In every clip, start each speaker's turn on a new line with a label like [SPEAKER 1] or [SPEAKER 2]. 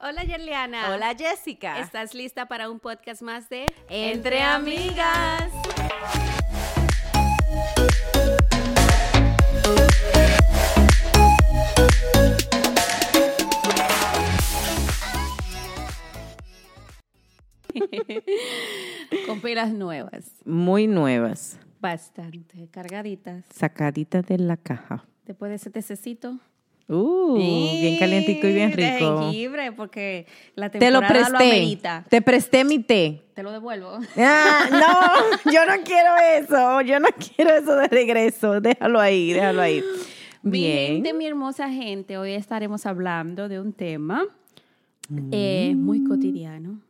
[SPEAKER 1] Hola Yerliana.
[SPEAKER 2] Hola Jessica.
[SPEAKER 1] ¿Estás lista para un podcast más de
[SPEAKER 2] Entre Amigas?
[SPEAKER 1] Con pilas nuevas.
[SPEAKER 2] Muy nuevas,
[SPEAKER 1] Bastante. Cargaditas.
[SPEAKER 2] sacaditas de la caja.
[SPEAKER 1] Después de ese tececito.
[SPEAKER 2] Uh, bien calientico y bien
[SPEAKER 1] de
[SPEAKER 2] rico.
[SPEAKER 1] jengibre, porque la
[SPEAKER 2] Te lo
[SPEAKER 1] temporada
[SPEAKER 2] presté.
[SPEAKER 1] amerita.
[SPEAKER 2] te presté mi té.
[SPEAKER 1] Te lo devuelvo.
[SPEAKER 2] Ah, no, yo no quiero eso. Yo no quiero eso de regreso. Déjalo ahí, déjalo ahí.
[SPEAKER 1] Mi
[SPEAKER 2] Bien.
[SPEAKER 1] gente, mi hermosa gente, hoy estaremos hablando de un tema
[SPEAKER 2] Mm.
[SPEAKER 1] eh, muy cotidiano.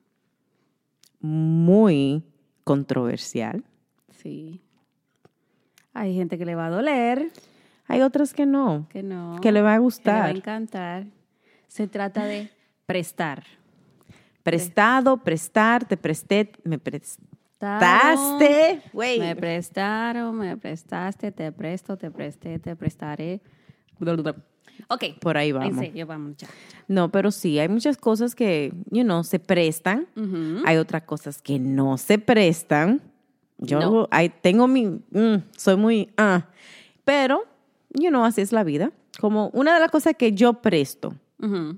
[SPEAKER 2] Muy controversial.
[SPEAKER 1] Sí. Hay gente que le va a doler,
[SPEAKER 2] Hay otras que no,
[SPEAKER 1] que no.
[SPEAKER 2] que le
[SPEAKER 1] que le va
[SPEAKER 2] va a
[SPEAKER 1] a
[SPEAKER 2] gustar.
[SPEAKER 1] encantar. Se trata de prestar.
[SPEAKER 2] Prestado, prestar, te presté, me prestaste. Ah, Güey.
[SPEAKER 1] Me prestaron, me prestaste, te presto, te presté, te prestaré. Ok.
[SPEAKER 2] Por ahí vamos.
[SPEAKER 1] En serio, vamos ya.
[SPEAKER 2] No, pero sí, hay muchas cosas que, you know, se prestan.
[SPEAKER 1] Ujú.
[SPEAKER 2] Hay otras cosas que no se prestan. Yo
[SPEAKER 1] No.
[SPEAKER 2] ahí tengo mi, mm, soy muy, ah. pero, you know, así es la vida. Como una de las cosas que yo presto,
[SPEAKER 1] Ujú.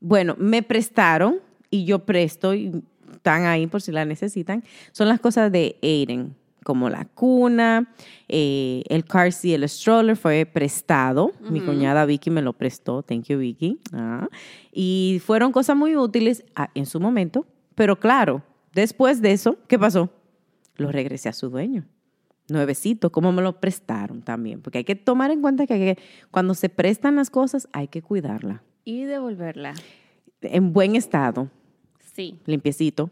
[SPEAKER 2] bueno, me prestaron y yo presto y están ahí por si la necesitan, son las cosas de Aiden, como la cuna, eh, el car seat, el stroller fue prestado, mi cuñada Vicky me lo prestó, thank you Vicky, Ah, y fueron cosas muy útiles ah, en su momento, pero claro, después de eso, ¿qué pasó? Lo regresé a su dueño. Nuevecito, como me lo prestaron también, porque hay que tomar en cuenta que, hay que cuando se prestan las cosas hay que cuidarla
[SPEAKER 1] Y devolverla.
[SPEAKER 2] en buen estado,
[SPEAKER 1] Sí.
[SPEAKER 2] limpiecito.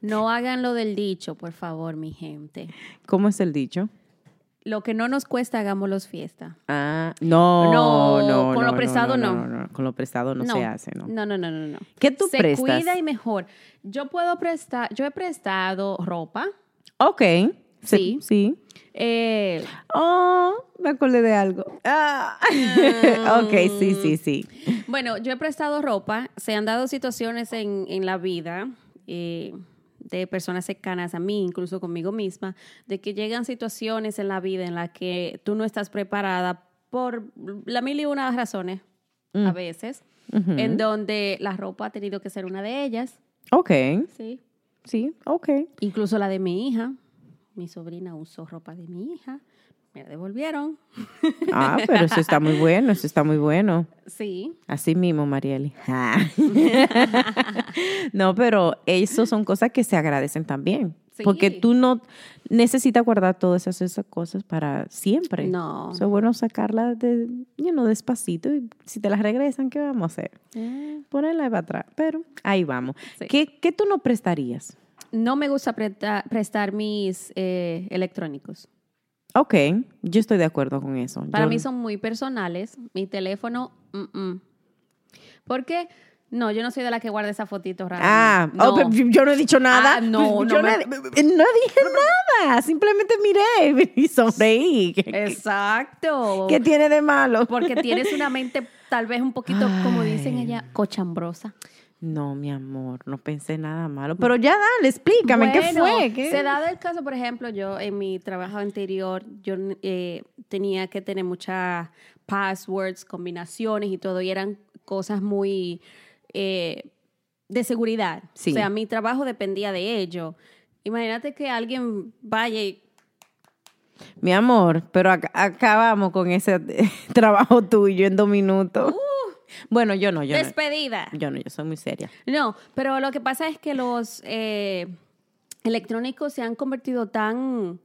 [SPEAKER 1] No hagan lo del dicho, por favor, mi gente.
[SPEAKER 2] ¿Cómo es el dicho?
[SPEAKER 1] Lo que no nos cuesta, hagámoslos fiesta.
[SPEAKER 2] Ah, no, no,
[SPEAKER 1] No,
[SPEAKER 2] no.
[SPEAKER 1] con lo
[SPEAKER 2] no,
[SPEAKER 1] prestado
[SPEAKER 2] no,
[SPEAKER 1] no.
[SPEAKER 2] Con lo prestado no, se hace, ¿no?
[SPEAKER 1] No, no, no, no, no.
[SPEAKER 2] ¿Qué tú
[SPEAKER 1] Se
[SPEAKER 2] prestas?
[SPEAKER 1] cuida y mejor. Yo puedo prestar, yo he prestado ropa.
[SPEAKER 2] Ok. se-
[SPEAKER 1] Sí.
[SPEAKER 2] Sí.
[SPEAKER 1] eh,
[SPEAKER 2] Oh, me acordé de algo. Ah. ok, sí, sí, sí.
[SPEAKER 1] Bueno, yo he prestado ropa. Se han dado situaciones en, en la vida eh, de personas cercanas a mí, incluso conmigo misma, de que llegan situaciones en la vida en las que tú no estás preparada por la mil y una razones a
[SPEAKER 2] Mm.
[SPEAKER 1] veces,
[SPEAKER 2] Ujú.
[SPEAKER 1] en donde la ropa ha tenido que ser una de ellas,
[SPEAKER 2] Ok,
[SPEAKER 1] ¿sí?
[SPEAKER 2] sí, ok.
[SPEAKER 1] Incluso la de mi hija. Mi sobrina usó ropa de mi hija. Me la devolvieron.
[SPEAKER 2] Ah, pero eso está muy bueno, eso está muy bueno.
[SPEAKER 1] Sí.
[SPEAKER 2] Así mismo, Marieli. no, pero eso son cosas que se agradecen también.
[SPEAKER 1] Sí.
[SPEAKER 2] Porque tú no necesitas guardar todas esas, esas cosas para siempre.
[SPEAKER 1] No.
[SPEAKER 2] Eso es bueno sacarlas de, you know, despacito y si te las regresan, ¿qué vamos a hacer?
[SPEAKER 1] Eh,
[SPEAKER 2] Ponerla para atrás. Pero ahí vamos.
[SPEAKER 1] Sí.
[SPEAKER 2] ¿Qué, qué tú no prestarías?
[SPEAKER 1] No me gusta preta- prestar mis eh, electrónicos.
[SPEAKER 2] Ok, yo estoy de acuerdo con eso.
[SPEAKER 1] Para
[SPEAKER 2] Yo-
[SPEAKER 1] mí son muy personales. Mi teléfono, mm-mm. porque no, yo no soy de la que guarda esa fotito rara.
[SPEAKER 2] Ah,
[SPEAKER 1] no.
[SPEAKER 2] oh, pero yo no he dicho nada. Pues
[SPEAKER 1] Ah, no, no
[SPEAKER 2] Yo
[SPEAKER 1] me-
[SPEAKER 2] he- no dije nada. Simplemente miré y sonreí.
[SPEAKER 1] Exacto.
[SPEAKER 2] ¿Qué tiene de malo?
[SPEAKER 1] Porque tienes una mente tal vez un poquito, como dicen
[SPEAKER 2] Ay.
[SPEAKER 1] allá, cochambrosa.
[SPEAKER 2] No, mi amor, no pensé nada malo. Pero ya dale, explícame, ¿qué
[SPEAKER 1] Bueno,
[SPEAKER 2] fue? ¿Qué?
[SPEAKER 1] Se da el caso, por ejemplo, yo en mi trabajo anterior, yo eh, tenía que tener muchas passwords, combinaciones y todo, y eran cosas muy eh, de seguridad.
[SPEAKER 2] Sí.
[SPEAKER 1] O sea, mi trabajo dependía de ello. Imagínate que alguien vaya y...
[SPEAKER 2] Mi amor, pero ac- acabamos con ese trabajo tuyo en dos minutos.
[SPEAKER 1] Uh.
[SPEAKER 2] bueno, yo no, yo no.
[SPEAKER 1] ¡Despedida!
[SPEAKER 2] Yo no, yo soy muy seria.
[SPEAKER 1] No, pero lo que pasa es que los eh, electrónicos se han convertido tan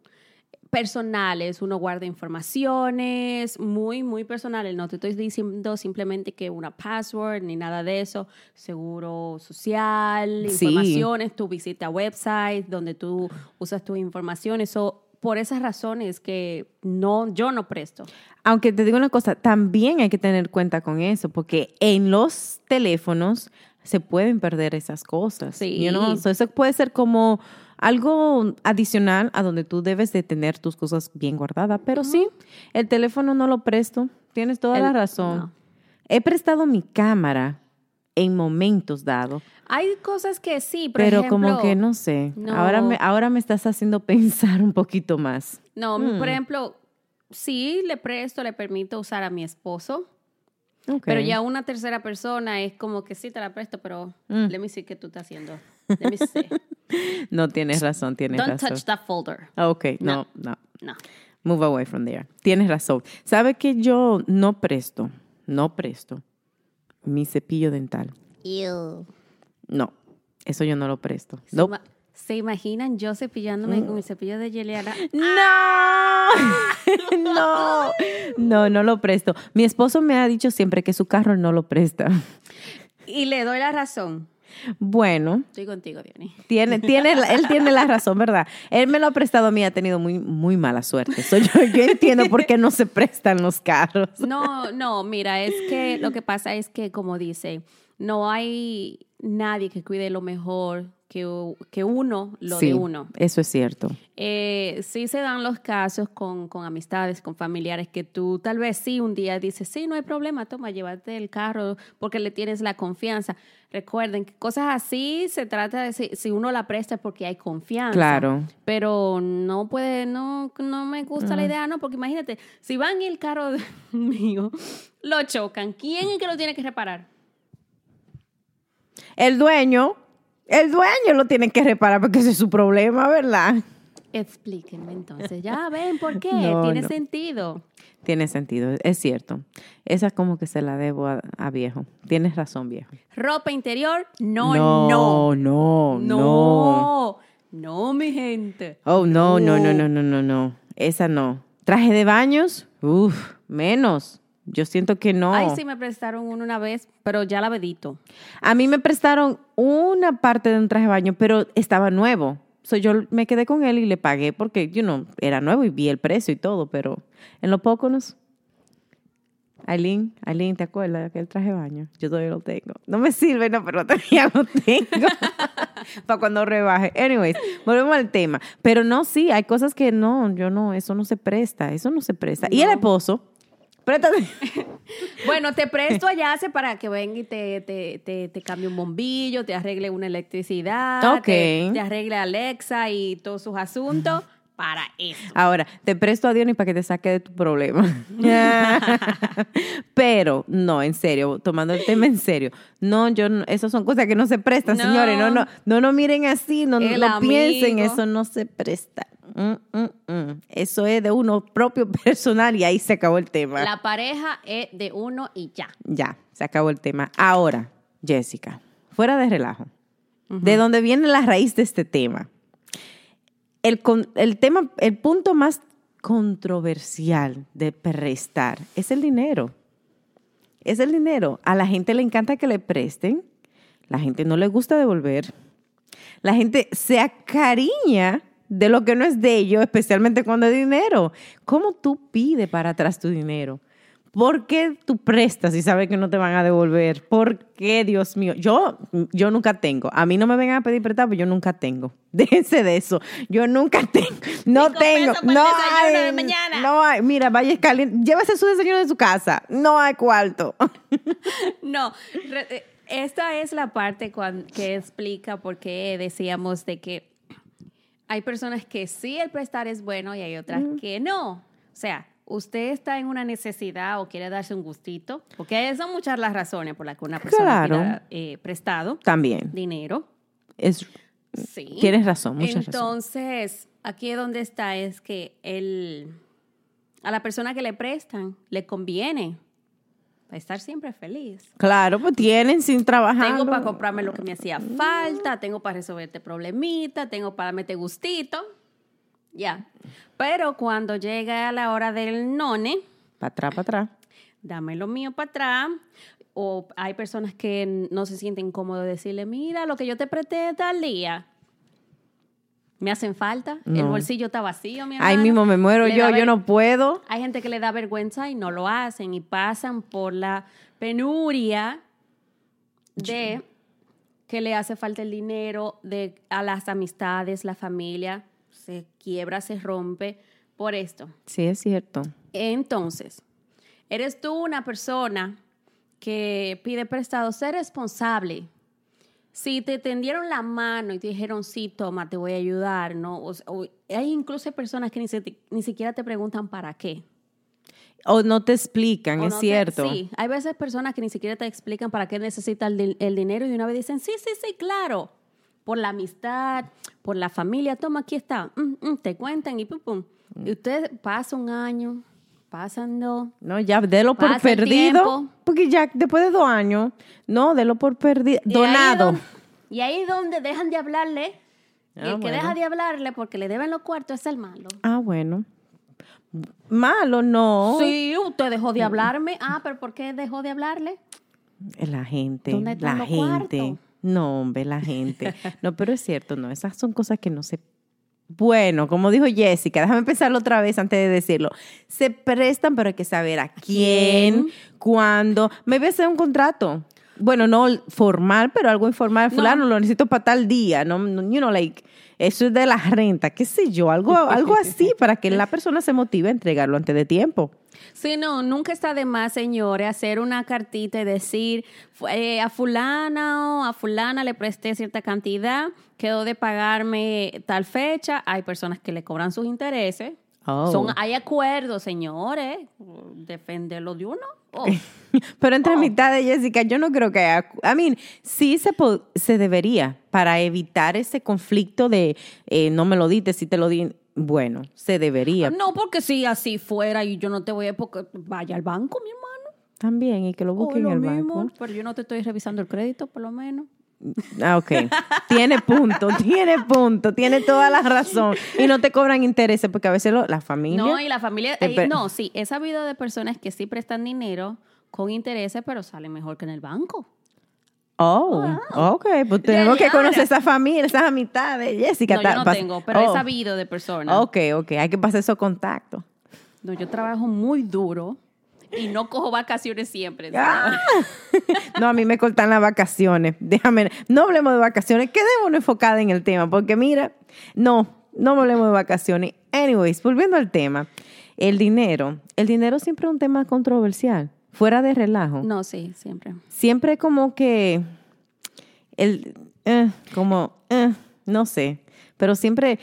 [SPEAKER 1] personales. Uno guarda informaciones muy, muy personales. No te estoy diciendo simplemente que una password ni nada de eso. Seguro social,
[SPEAKER 2] Sí.
[SPEAKER 1] informaciones, tu visita a website donde tú usas tus informaciones. O por esas razones que no, yo no presto.
[SPEAKER 2] Aunque te digo una cosa, también hay que tener cuenta con eso, porque en los teléfonos se pueden perder esas cosas.
[SPEAKER 1] Sí.
[SPEAKER 2] you know? So, eso puede ser como algo adicional a donde tú debes de tener tus cosas bien guardadas. Pero sí, el teléfono no lo presto. Tienes toda
[SPEAKER 1] El-
[SPEAKER 2] la razón.
[SPEAKER 1] no.
[SPEAKER 2] He prestado mi cámara. en momentos dados.
[SPEAKER 1] Hay cosas que sí, por
[SPEAKER 2] Pero
[SPEAKER 1] ejemplo,
[SPEAKER 2] como que no sé,
[SPEAKER 1] no.
[SPEAKER 2] Ahora, me, ahora me estás haciendo pensar un poquito más.
[SPEAKER 1] No,
[SPEAKER 2] Mm.
[SPEAKER 1] por ejemplo, sí le presto, le permito usar a mi esposo,
[SPEAKER 2] Ok.
[SPEAKER 1] pero ya una tercera persona es como que sí te la presto, pero
[SPEAKER 2] Mm.
[SPEAKER 1] let me see qué tú estás haciendo. Let me see.
[SPEAKER 2] No tienes razón, tienes
[SPEAKER 1] Don't
[SPEAKER 2] razón.
[SPEAKER 1] touch that folder.
[SPEAKER 2] Ok, no, no.
[SPEAKER 1] No.
[SPEAKER 2] Move away from there. Tienes razón. ¿Sabe que yo no presto, no presto mi cepillo dental? No, eso yo no lo presto.
[SPEAKER 1] Se,
[SPEAKER 2] No.
[SPEAKER 1] ima- ¿Se imaginan yo cepillándome
[SPEAKER 2] Mm.
[SPEAKER 1] con el cepillo de Gileana?
[SPEAKER 2] No,
[SPEAKER 1] ¡Ah!
[SPEAKER 2] no, no, no lo presto. Mi esposo me ha dicho siempre que su carro no lo presta.
[SPEAKER 1] Y le doy la razón.
[SPEAKER 2] Bueno,
[SPEAKER 1] Estoy contigo, Diony.
[SPEAKER 2] tiene, tiene, la- él tiene la razón, ¿verdad? Él me lo ha prestado a mí, ha tenido muy, muy mala suerte. So, yo, yo entiendo por qué no se prestan los carros.
[SPEAKER 1] No, no, mira, es que lo que pasa es que, como dice, no hay nadie que cuide lo mejor que, u- que uno, lo
[SPEAKER 2] Sí,
[SPEAKER 1] de uno.
[SPEAKER 2] Eso es cierto.
[SPEAKER 1] Eh, sí se dan los casos con, con amistades, con familiares, que tú tal vez sí un día dices, sí, no hay problema, toma, llévate el carro porque le tienes la confianza. Recuerden que cosas así se trata de si, si uno la presta es porque hay confianza.
[SPEAKER 2] Claro.
[SPEAKER 1] Pero no puede, no, no me gusta la idea, no, porque imagínate, si van en el carro de- mío, lo chocan, ¿quién es que lo tiene que reparar?
[SPEAKER 2] El dueño, el dueño lo tiene que reparar porque ese es su problema, ¿verdad?
[SPEAKER 1] Explíquenme entonces, ya ven por qué,
[SPEAKER 2] No,
[SPEAKER 1] tiene
[SPEAKER 2] no.
[SPEAKER 1] sentido.
[SPEAKER 2] Tiene sentido, es cierto. Esa como que se la debo a, a viejo. Tienes razón, viejo.
[SPEAKER 1] Ropa interior, no, no.
[SPEAKER 2] no, no.
[SPEAKER 1] No, no, mi gente.
[SPEAKER 2] Oh, no, no, no, no,
[SPEAKER 1] No.
[SPEAKER 2] no, no, no. Esa no. Traje de baños, uff, menos. Yo siento que no.
[SPEAKER 1] Ay, sí me prestaron uno una vez, pero ya la vedito.
[SPEAKER 2] A mí me prestaron una parte de un traje de baño, pero estaba nuevo. So, yo me quedé con él y le pagué porque, you know, era nuevo y vi el precio y todo, pero en lo poco nos... Aileen, Aileen, ¿te acuerdas de aquel traje de baño? Yo todavía lo tengo. No me sirve, no, pero todavía lo tengo. Para cuando rebaje. Anyways, volvemos al tema. Pero no, sí, hay cosas que no, yo no, eso no se presta, eso no se presta. Y el
[SPEAKER 1] No.
[SPEAKER 2] esposo, préstate.
[SPEAKER 1] Bueno, te presto allá hace para que venga y te, te, te, te cambie un bombillo, te arregle una electricidad,
[SPEAKER 2] Ok.
[SPEAKER 1] te, te arregle Alexa y todos sus asuntos para eso.
[SPEAKER 2] Ahora, te presto a Diony para que te saque de tu problema. Pero, no, en serio, tomando el tema en serio. No, yo, no- esas son cosas que no se prestan,
[SPEAKER 1] No.
[SPEAKER 2] señores. No, no, no, no miren así, no,
[SPEAKER 1] El
[SPEAKER 2] no piensen,
[SPEAKER 1] amigo.
[SPEAKER 2] eso no se presta. Mm, mm, mm. Eso es de uno propio personal y ahí se acabó el tema.
[SPEAKER 1] La pareja es de uno y ya.
[SPEAKER 2] Ya, se acabó el tema. Ahora, Jessica, fuera de relajo, de dónde viene la raíz de este tema. El, con- el tema, el punto más controversial de prestar es el dinero. Es el dinero. A la gente le encanta que le presten, la gente no le gusta devolver, la gente se acariña de lo que no es de ellos, especialmente cuando es dinero. ¿Cómo tú pides para atrás tu dinero? ¿Por qué tú prestas y sabes que no te van a devolver? ¿Por qué, Dios mío? Yo, yo nunca tengo. A mí no me vengan a pedir prestado, pero yo nunca tengo. Déjense de eso. Yo nunca tengo. No
[SPEAKER 1] Cinco
[SPEAKER 2] tengo.
[SPEAKER 1] pesos para el
[SPEAKER 2] No
[SPEAKER 1] desayuno de
[SPEAKER 2] hay.
[SPEAKER 1] mañana.
[SPEAKER 2] No hay. Mira, vaya caliente. Llévese su desayuno de su casa. No hay cuarto.
[SPEAKER 1] No, re- eh, esta es la parte cuan- que explica por qué decíamos de que hay personas que sí el prestar es bueno y hay otras que no. O sea, usted está en una necesidad o quiere darse un gustito, porque son muchas las razones por las que una persona
[SPEAKER 2] Claro.
[SPEAKER 1] pida, eh, prestado
[SPEAKER 2] También.
[SPEAKER 1] dinero.
[SPEAKER 2] Es,
[SPEAKER 1] Sí.
[SPEAKER 2] tienes razón, muchas razones.
[SPEAKER 1] Entonces, aquí es donde está es que el, a la persona que le prestan le conviene estar siempre feliz.
[SPEAKER 2] Claro, pues tienen sin trabajar.
[SPEAKER 1] Tengo para comprarme lo que me hacía
[SPEAKER 2] Mm.
[SPEAKER 1] falta, tengo para resolver este problemita, tengo para darme este gustito. Ya. Pero cuando llega la hora del none,
[SPEAKER 2] Para atrás, para atrás.
[SPEAKER 1] dame lo mío para atrás. O hay personas que no se sienten cómodos de decirle, mira, lo que yo te presté tal día. Me hacen falta, el
[SPEAKER 2] No.
[SPEAKER 1] bolsillo está vacío, mi hermano.
[SPEAKER 2] Ahí mismo me muero
[SPEAKER 1] Le
[SPEAKER 2] yo,
[SPEAKER 1] da
[SPEAKER 2] yo
[SPEAKER 1] ver-
[SPEAKER 2] no puedo.
[SPEAKER 1] Hay gente que le da vergüenza y no lo hacen y pasan por la penuria de que le hace falta el dinero de a las amistades, la familia, se quiebra, se rompe por esto.
[SPEAKER 2] Sí, es cierto.
[SPEAKER 1] Entonces, ¿eres tú una persona que pide prestado, ser responsable. Si te tendieron la mano y te dijeron, sí, toma, te voy a ayudar, ¿no? O, o- hay incluso personas que ni, se te- ni siquiera te preguntan para qué.
[SPEAKER 2] O no te explican,
[SPEAKER 1] O
[SPEAKER 2] es
[SPEAKER 1] no te-
[SPEAKER 2] cierto.
[SPEAKER 1] sí, hay veces personas que ni siquiera te explican para qué necesitan el, di- el dinero y de una vez dicen, sí, sí, sí, claro. Por la amistad, por la familia, toma, aquí está. Mm, mm, te cuentan y pum, pum.
[SPEAKER 2] Mm.
[SPEAKER 1] Y usted pasa un año, pasan dos,
[SPEAKER 2] No, ya, délo por
[SPEAKER 1] Pasa el
[SPEAKER 2] perdido.
[SPEAKER 1] tiempo.
[SPEAKER 2] Porque ya después de dos años, no, délo por perdido.
[SPEAKER 1] Y ahí
[SPEAKER 2] Donado.
[SPEAKER 1] don- Y ahí donde dejan de hablarle. y el
[SPEAKER 2] Ah,
[SPEAKER 1] que
[SPEAKER 2] bueno.
[SPEAKER 1] deja de hablarle porque le deben los cuartos es el malo.
[SPEAKER 2] Ah, bueno. Malo, no.
[SPEAKER 1] Sí, usted dejó
[SPEAKER 2] Mm.
[SPEAKER 1] de hablarme. Ah, pero ¿por qué dejó de hablarle?
[SPEAKER 2] La gente.
[SPEAKER 1] ¿Dónde están
[SPEAKER 2] la
[SPEAKER 1] los
[SPEAKER 2] gente.
[SPEAKER 1] cuartos?
[SPEAKER 2] No, hombre, la gente. No, pero es cierto, no. Esas son cosas que no se. Bueno, como dijo Jessica, déjame pensarlo otra vez antes de decirlo. Se prestan, pero hay que saber a quién, cuándo. Me voy a hacer un contrato. Bueno, no formal, pero algo informal. Fulano, lo necesito para tal día. No, no, you know, like, eso es de la renta, qué sé yo. Algo, algo así para que la persona se motive a entregarlo antes de tiempo.
[SPEAKER 1] Sí, no, nunca está de más, señores, hacer una cartita y decir, fu- eh, a fulana o a fulana le presté cierta cantidad, quedó de pagarme tal fecha. Hay personas que le cobran sus intereses.
[SPEAKER 2] Oh.
[SPEAKER 1] Son, hay acuerdos, señores. Defenderlo de uno. Oh.
[SPEAKER 2] Pero entre mitad de Jessica, yo no creo que haya... I mean, sí se, po- se debería para evitar ese conflicto de eh, no me lo diste, sí te lo di. Bueno, se debería
[SPEAKER 1] Ah, No, porque si así fuera y yo no te voy a... porque vaya al banco, mi hermano.
[SPEAKER 2] también y que lo
[SPEAKER 1] O
[SPEAKER 2] busquen
[SPEAKER 1] Oh, lo
[SPEAKER 2] en el
[SPEAKER 1] mismo,
[SPEAKER 2] banco.
[SPEAKER 1] pero yo no te estoy revisando el crédito, por lo menos.
[SPEAKER 2] Ah, ok. Tiene punto, tiene punto, tiene toda la razón. Y no te cobran intereses porque a veces lo- la familia...
[SPEAKER 1] No, y la familia...
[SPEAKER 2] Eh,
[SPEAKER 1] eh,
[SPEAKER 2] pero-
[SPEAKER 1] no, sí, he sabido de personas que sí prestan dinero con intereses, pero salen mejor que en el banco.
[SPEAKER 2] Oh, ok. Pues
[SPEAKER 1] De
[SPEAKER 2] tenemos que
[SPEAKER 1] Ah. ahora.
[SPEAKER 2] conocer esa familia, esas amistades, Jessica.
[SPEAKER 1] No,
[SPEAKER 2] ta-
[SPEAKER 1] yo no
[SPEAKER 2] pas-
[SPEAKER 1] tengo, pero he
[SPEAKER 2] Oh,
[SPEAKER 1] sabido de personas.
[SPEAKER 2] Ok, ok. Hay que pasar esos contactos.
[SPEAKER 1] No, yo trabajo muy duro y no cojo vacaciones siempre.
[SPEAKER 2] Ah. No, a mí me cortan las vacaciones. Déjame, no hablemos de vacaciones. Quedémonos enfocadas en el tema, porque mira, no, no hablemos de vacaciones. Anyways, volviendo al tema, el dinero. El dinero siempre es un tema controversial, fuera de relajo.
[SPEAKER 1] No, sí, siempre.
[SPEAKER 2] Siempre como que, el, eh, como, eh, no sé, pero siempre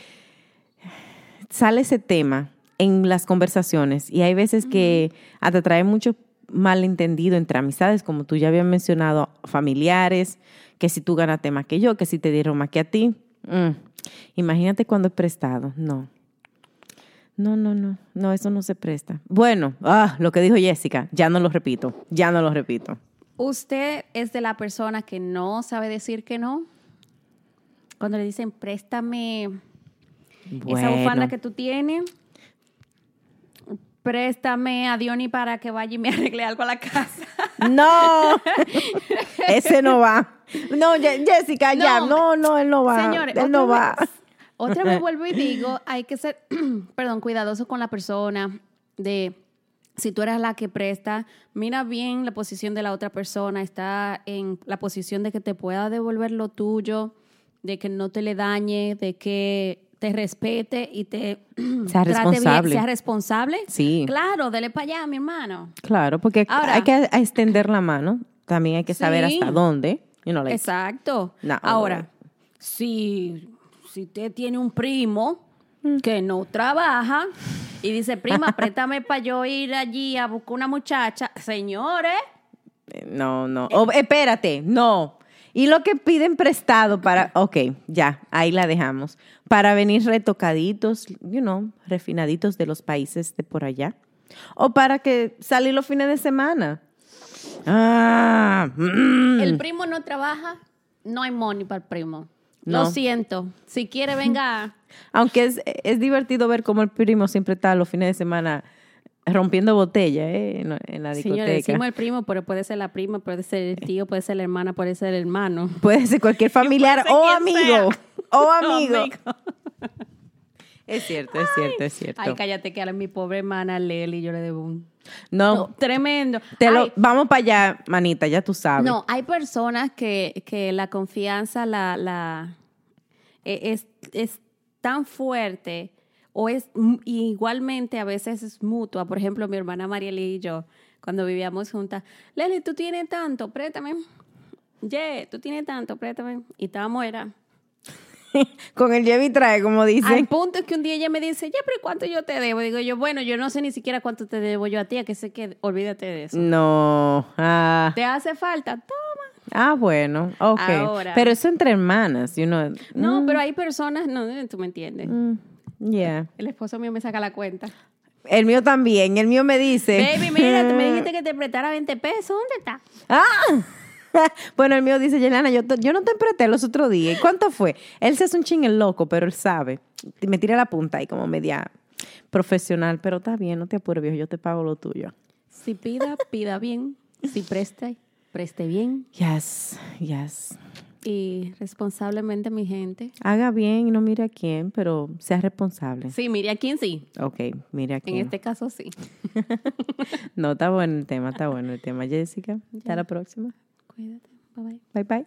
[SPEAKER 2] sale ese tema en las conversaciones y hay veces que hasta trae mucho malentendido entre amistades, como tú ya habías mencionado, familiares, que si tú ganaste más que yo, que si te dieron más que a ti. Mm. Imagínate cuando es prestado. No. No, no, no. No, eso no se presta. Bueno, ah, lo que dijo Jessica, ya no lo repito, ya no lo repito.
[SPEAKER 1] ¿Usted es de la persona que no sabe decir que no? Cuando le dicen, préstame esa bufanda
[SPEAKER 2] Bueno.
[SPEAKER 1] que tú tienes, préstame a Diony para que vaya y me arregle algo a la casa.
[SPEAKER 2] No, ese no va. No, Ye- Jessica, ya, no, no, él no va.
[SPEAKER 1] Señores,
[SPEAKER 2] él no
[SPEAKER 1] otra
[SPEAKER 2] va.
[SPEAKER 1] vez- otra vez vuelvo y digo, hay que ser, perdón, cuidadoso con la persona de... Si tú eres la que presta, mira bien la posición de la otra persona, está en la posición de que te pueda devolver lo tuyo, de que no te le dañe, de que te respete y te
[SPEAKER 2] Sea
[SPEAKER 1] trate bien,
[SPEAKER 2] responsable.
[SPEAKER 1] sea responsable.
[SPEAKER 2] Sí.
[SPEAKER 1] Claro, dele para allá, mi hermano.
[SPEAKER 2] Claro, porque
[SPEAKER 1] Ahora-
[SPEAKER 2] hay que a- extender la mano. También hay que saber
[SPEAKER 1] Sí.
[SPEAKER 2] hasta dónde. You know, like,
[SPEAKER 1] Exacto.
[SPEAKER 2] No.
[SPEAKER 1] Ahora, si, si usted tiene un primo
[SPEAKER 2] Mm.
[SPEAKER 1] que no trabaja y dice, prima, préstame para yo ir allí a buscar una muchacha, señores,
[SPEAKER 2] eh, No, no. Oh, espérate, no. Y lo que piden prestado para. Ok, ya, ahí la dejamos. Para venir retocaditos, you know, refinaditos de los países de por allá. O para que salir los fines de semana. Ah, mm.
[SPEAKER 1] el primo no trabaja, no hay money para el primo. Lo
[SPEAKER 2] No.
[SPEAKER 1] siento. Si quiere, venga.
[SPEAKER 2] Aunque es, es divertido ver cómo el primo siempre está los fines de semana rompiendo botella ¿eh? en, en la discoteca.
[SPEAKER 1] Señores, decimos el primo, pero puede ser la prima, puede ser el tío, puede ser la hermana, puede ser el hermano.
[SPEAKER 2] Puede ser cualquier familiar
[SPEAKER 1] ser
[SPEAKER 2] o
[SPEAKER 1] quien sea.
[SPEAKER 2] amigo. O Oh, amigo.
[SPEAKER 1] amigo.
[SPEAKER 2] Es cierto, es cierto, es cierto.
[SPEAKER 1] Ay, cállate que a la- mi pobre hermana Leli yo le debo un...
[SPEAKER 2] no,
[SPEAKER 1] No, tremendo.
[SPEAKER 2] te lo,
[SPEAKER 1] Ay,
[SPEAKER 2] vamos para allá, manita, ya tú sabes.
[SPEAKER 1] No, hay personas que, que la confianza la, la e- es, es tan fuerte o es m- igualmente a veces es mutua. Por ejemplo, mi hermana Marieli y yo, cuando vivíamos juntas, Leli, tú tienes tanto, préstame. Yeah, tú tienes tanto, préstame. Y estábamos, era...
[SPEAKER 2] Con el lleve y trae, como
[SPEAKER 1] Al
[SPEAKER 2] dicen.
[SPEAKER 1] punto es que un día ella me dice, ya, pero ¿cuánto yo te debo? Digo yo, bueno, yo no sé ni siquiera cuánto te debo yo a ti, a que sé que olvídate de eso.
[SPEAKER 2] No. Ah,
[SPEAKER 1] ¿Te hace falta? Toma.
[SPEAKER 2] Ah, bueno. Ok.
[SPEAKER 1] Ahora.
[SPEAKER 2] Pero eso entre hermanas, you know.
[SPEAKER 1] No, pero hay personas, no, tú me entiendes.
[SPEAKER 2] Mm, yeah.
[SPEAKER 1] El esposo mío me saca la cuenta.
[SPEAKER 2] El mío también. El mío me dice.
[SPEAKER 1] Baby, mira, tú me dijiste que te prestara 20 pesos, ¿dónde está?
[SPEAKER 2] ¡Ah! Bueno, el mío dice, Yelena, yo, te- yo no te empreté los otros días. ¿Y cuánto fue? Él se hace un ching el loco, pero él sabe. Y Me tira la punta ahí como media profesional, pero está bien, no te apures, viejo, yo te pago lo tuyo.
[SPEAKER 1] Si pida, pida bien. Si preste, preste bien.
[SPEAKER 2] Yes, yes.
[SPEAKER 1] Y responsablemente, mi gente.
[SPEAKER 2] Haga bien y no mire a quién, pero sea responsable.
[SPEAKER 1] Sí, mire, a quién sí.
[SPEAKER 2] Ok, mire a
[SPEAKER 1] En
[SPEAKER 2] quién.
[SPEAKER 1] este caso, sí.
[SPEAKER 2] No, está bueno el tema, está bueno el tema. Jessica, hasta la próxima.
[SPEAKER 1] Cuídate. Bye bye.
[SPEAKER 2] Bye, bye.